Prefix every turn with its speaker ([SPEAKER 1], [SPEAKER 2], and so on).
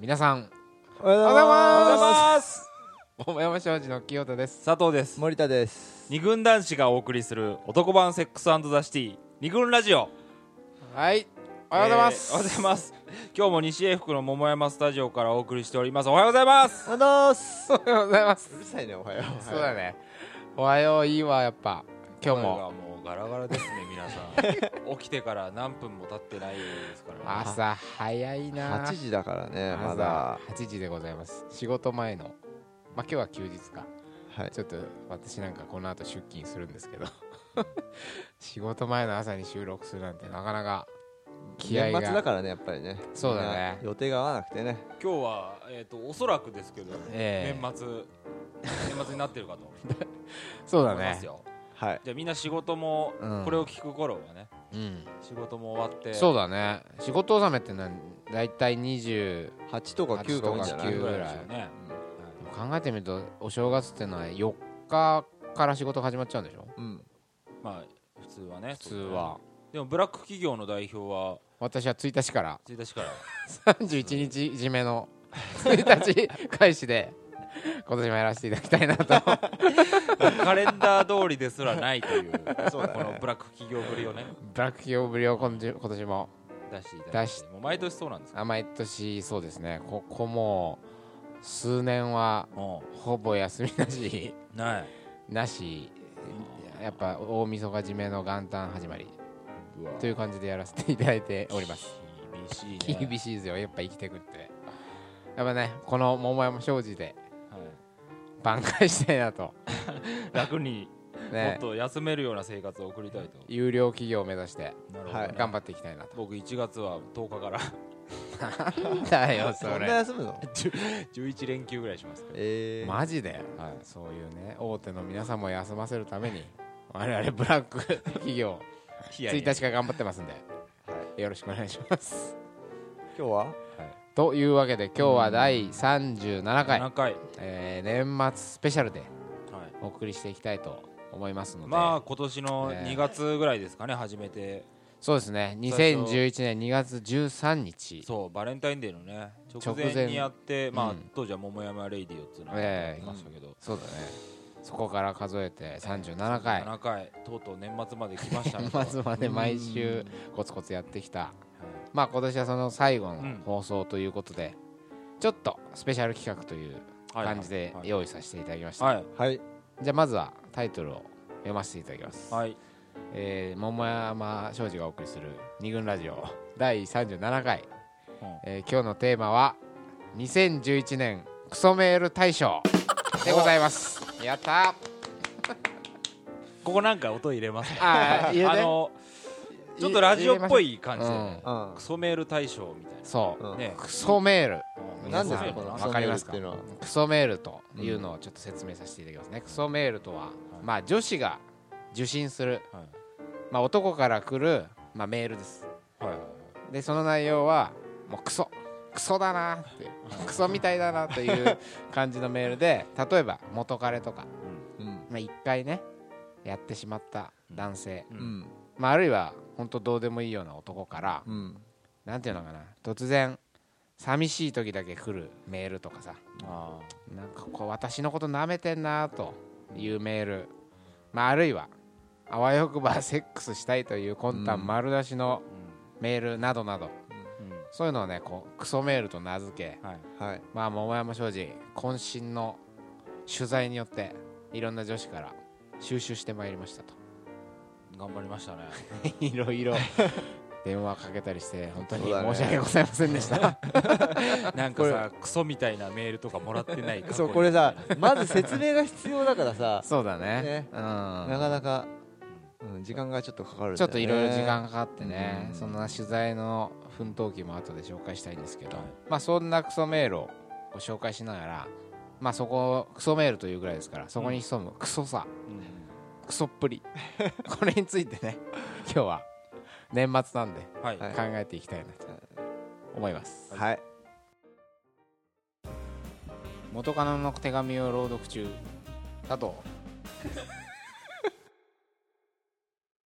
[SPEAKER 1] 皆さん
[SPEAKER 2] おはよう
[SPEAKER 1] おは
[SPEAKER 2] ご
[SPEAKER 1] よう
[SPEAKER 2] ざい
[SPEAKER 1] ござい
[SPEAKER 2] ま
[SPEAKER 1] ます桃山商事の清田です
[SPEAKER 3] 佐藤です
[SPEAKER 2] す森田です
[SPEAKER 3] 二軍男子がお送りする男版セックスザシティ二軍ラジオ
[SPEAKER 1] はいお
[SPEAKER 3] お
[SPEAKER 1] はようございます、
[SPEAKER 3] おはようございます今日も西英福の桃山スタジオからお送りしておりますおはようございます
[SPEAKER 2] おはようございます
[SPEAKER 1] おはようございます
[SPEAKER 2] うるさいねおはよう
[SPEAKER 1] そうだねおはよういいわやっぱ今日も
[SPEAKER 3] 声がもうガラガラですね皆さ ん起きてから何分も経ってないですから、ね、
[SPEAKER 1] 朝早いな
[SPEAKER 2] 8時だからねま
[SPEAKER 1] 朝
[SPEAKER 2] だ
[SPEAKER 1] 8時でございます仕事前のまあ今日は休日か
[SPEAKER 2] はい
[SPEAKER 1] ちょっと私なんかこの後出勤するんですけど 仕事前の朝に収録するなんてなかなか気合
[SPEAKER 2] 年
[SPEAKER 1] が
[SPEAKER 2] 末だからねやっぱりね
[SPEAKER 1] そうだね
[SPEAKER 2] みんな予定が合わなくてね
[SPEAKER 3] 今日は、えー、とおそらくですけど、
[SPEAKER 1] ええ
[SPEAKER 3] 年末年末になってるかと
[SPEAKER 1] そうだ
[SPEAKER 3] 思いま
[SPEAKER 1] ね
[SPEAKER 3] すよ、
[SPEAKER 2] はい
[SPEAKER 3] じゃあみんな仕事も、
[SPEAKER 2] うん
[SPEAKER 3] これを聞く頃はね
[SPEAKER 1] うん
[SPEAKER 3] 仕事も終わって
[SPEAKER 1] そうだね仕事納めってなんだいたい20
[SPEAKER 2] 8とか9が多いんじゃない
[SPEAKER 1] 8とか9
[SPEAKER 3] ぐらいですよね
[SPEAKER 1] 考えてみるとお正月ってのは4日から仕事始まっちゃうんでしょ
[SPEAKER 2] うん
[SPEAKER 3] まあ普通はね
[SPEAKER 1] 普通は
[SPEAKER 3] でもブラック企業の代表は
[SPEAKER 1] 私は1日から
[SPEAKER 3] 1日から
[SPEAKER 1] 31日締めの1日開始で今年もやらせていただきたいなと
[SPEAKER 3] カレンダー通りですらないという
[SPEAKER 2] そうだね
[SPEAKER 3] このブラック企業ぶりをね
[SPEAKER 1] ブラック企業ぶりを今年今年も
[SPEAKER 3] 出していただい
[SPEAKER 1] 出して
[SPEAKER 3] もう毎年そうなんですか
[SPEAKER 1] あ毎年そうですねここもう数年は
[SPEAKER 3] も
[SPEAKER 1] ほぼ休みなし
[SPEAKER 3] うない
[SPEAKER 1] なしやっぱ大晦日締めの元旦始まりという感じでやらせていただいております
[SPEAKER 3] 厳しいね
[SPEAKER 1] 厳しいですよやっぱ生きてくってやっぱねこの桃山商事で
[SPEAKER 3] はい
[SPEAKER 1] 挽回したいなと
[SPEAKER 3] 楽にもっ
[SPEAKER 1] ね
[SPEAKER 3] と休めるような生活を送りたいと
[SPEAKER 1] 有料企業を目指して
[SPEAKER 3] なる
[SPEAKER 2] は
[SPEAKER 3] ほ
[SPEAKER 2] い
[SPEAKER 3] どね
[SPEAKER 1] 頑張っていきたいなと
[SPEAKER 3] 僕1月は10日から
[SPEAKER 1] なんだよ
[SPEAKER 2] そ
[SPEAKER 1] そ
[SPEAKER 2] んな
[SPEAKER 1] れ
[SPEAKER 2] 休むの
[SPEAKER 3] 11連休ぐらいしますけど
[SPEAKER 2] えー
[SPEAKER 1] マジで
[SPEAKER 3] はい
[SPEAKER 1] そういうね大手の皆さんも休ませるために我々ブラック企業
[SPEAKER 3] いやいや
[SPEAKER 1] 1日から頑張ってますんで
[SPEAKER 2] は
[SPEAKER 1] よろしくお願いします
[SPEAKER 2] い今日は
[SPEAKER 1] というわけで今日は第37回
[SPEAKER 3] 7回
[SPEAKER 1] えー年末スペシャルで
[SPEAKER 3] はい
[SPEAKER 1] お送りしていきたいと思いますので
[SPEAKER 3] まあ今年の
[SPEAKER 1] ね
[SPEAKER 3] 2月ぐらいですかね、初めて
[SPEAKER 1] そうですね
[SPEAKER 3] 最初
[SPEAKER 1] 2011年2月13日
[SPEAKER 3] そうバレンタインデーのね直
[SPEAKER 1] 直前
[SPEAKER 3] 前にやってまあ、
[SPEAKER 1] うん
[SPEAKER 3] 当時は桃山レイディオっていうのをやっ
[SPEAKER 1] え
[SPEAKER 3] て
[SPEAKER 1] え
[SPEAKER 3] ましたけど、
[SPEAKER 1] そうだねそこから数えて37回
[SPEAKER 3] 7回とうとう年末まで来ましたね
[SPEAKER 1] 年末まで毎週コツコツやってきたまあ今年はその最後の
[SPEAKER 3] うん
[SPEAKER 1] 放送ということでちょっとスペシャル企画という
[SPEAKER 3] はい
[SPEAKER 1] 感じで
[SPEAKER 3] はい
[SPEAKER 1] 用意させていただきました
[SPEAKER 3] はいはい、
[SPEAKER 2] はい
[SPEAKER 1] じゃあまずはタイトルを読ませていただきます
[SPEAKER 3] はい
[SPEAKER 1] えー桃山庄司がお送りする二軍ラジオ第37回
[SPEAKER 3] うん
[SPEAKER 1] えー今日のテーマは2011年クソメール大賞でござい ますやった
[SPEAKER 3] ここなんか音入れますね
[SPEAKER 1] ーあー言うね
[SPEAKER 3] あのちょっとラジオっぽい感じで、
[SPEAKER 1] うん
[SPEAKER 2] うん
[SPEAKER 3] クソメール大賞みたい
[SPEAKER 1] そう、
[SPEAKER 2] うん
[SPEAKER 3] なね、
[SPEAKER 1] クソメール
[SPEAKER 3] うん
[SPEAKER 2] な
[SPEAKER 1] 皆
[SPEAKER 2] ん
[SPEAKER 1] さ
[SPEAKER 2] で
[SPEAKER 1] ん
[SPEAKER 2] すかこの
[SPEAKER 1] わかりますか
[SPEAKER 2] クソメールっていうのは
[SPEAKER 1] クソメールというのをちょっと説明させていただきますね、クソメールとは、まあ、女子が受信する、
[SPEAKER 3] はい
[SPEAKER 1] まあ、男から来る、まあ、メールです
[SPEAKER 3] はいはい
[SPEAKER 1] でその内容はもうクソクソだなっていうクソみたいだなという感じのメールで例えば元彼とか、
[SPEAKER 2] うん
[SPEAKER 1] まあ、1回ねやってしまった男性、
[SPEAKER 3] う
[SPEAKER 2] うんん
[SPEAKER 1] まあ、あるいは本当どうでもいいような男から
[SPEAKER 2] うん
[SPEAKER 1] なんていうのかな突然寂しい時だけ来るメールとかさ
[SPEAKER 3] あ
[SPEAKER 1] なんかこう私のこと舐めてんなというメール、まあ、あるいはあわよくばセックスしたいという魂胆丸出しのメールなどなど、
[SPEAKER 3] ーうん
[SPEAKER 1] そういうのをねこうクソメールと名付け、
[SPEAKER 3] はい
[SPEAKER 2] はい
[SPEAKER 1] まあ、桃山商事渾身の取材によっていろんな女子から収集してまいりましたと
[SPEAKER 3] 頑張りました ね
[SPEAKER 1] いろいろ電話かけたりして本当に
[SPEAKER 2] そうだね
[SPEAKER 1] 申し訳ございませんでした、
[SPEAKER 3] なんかさクソみたいなメールとかもらって ない過去に
[SPEAKER 2] そうこれさまず説明が必要だからさ
[SPEAKER 1] そうだね
[SPEAKER 2] ね
[SPEAKER 1] うん
[SPEAKER 2] なかなかうん時間がちょっとかかるん
[SPEAKER 1] ち
[SPEAKER 2] だ
[SPEAKER 1] ょっ
[SPEAKER 2] よね
[SPEAKER 1] といろいろ時間かかってね、
[SPEAKER 2] うん
[SPEAKER 1] そんな取材の奮闘記も後で紹介したいんですけど、
[SPEAKER 3] はい
[SPEAKER 1] まあそんなクソメールをご紹介しながらまあそこクソメールというぐらいですからそこに潜むクソさ、
[SPEAKER 3] うん
[SPEAKER 1] クソっぷ りこれについてね今日は年末なんで
[SPEAKER 3] はい
[SPEAKER 2] はい
[SPEAKER 1] 考えていきたいなと思います、
[SPEAKER 2] はい
[SPEAKER 1] 元カノの手紙を朗読中佐藤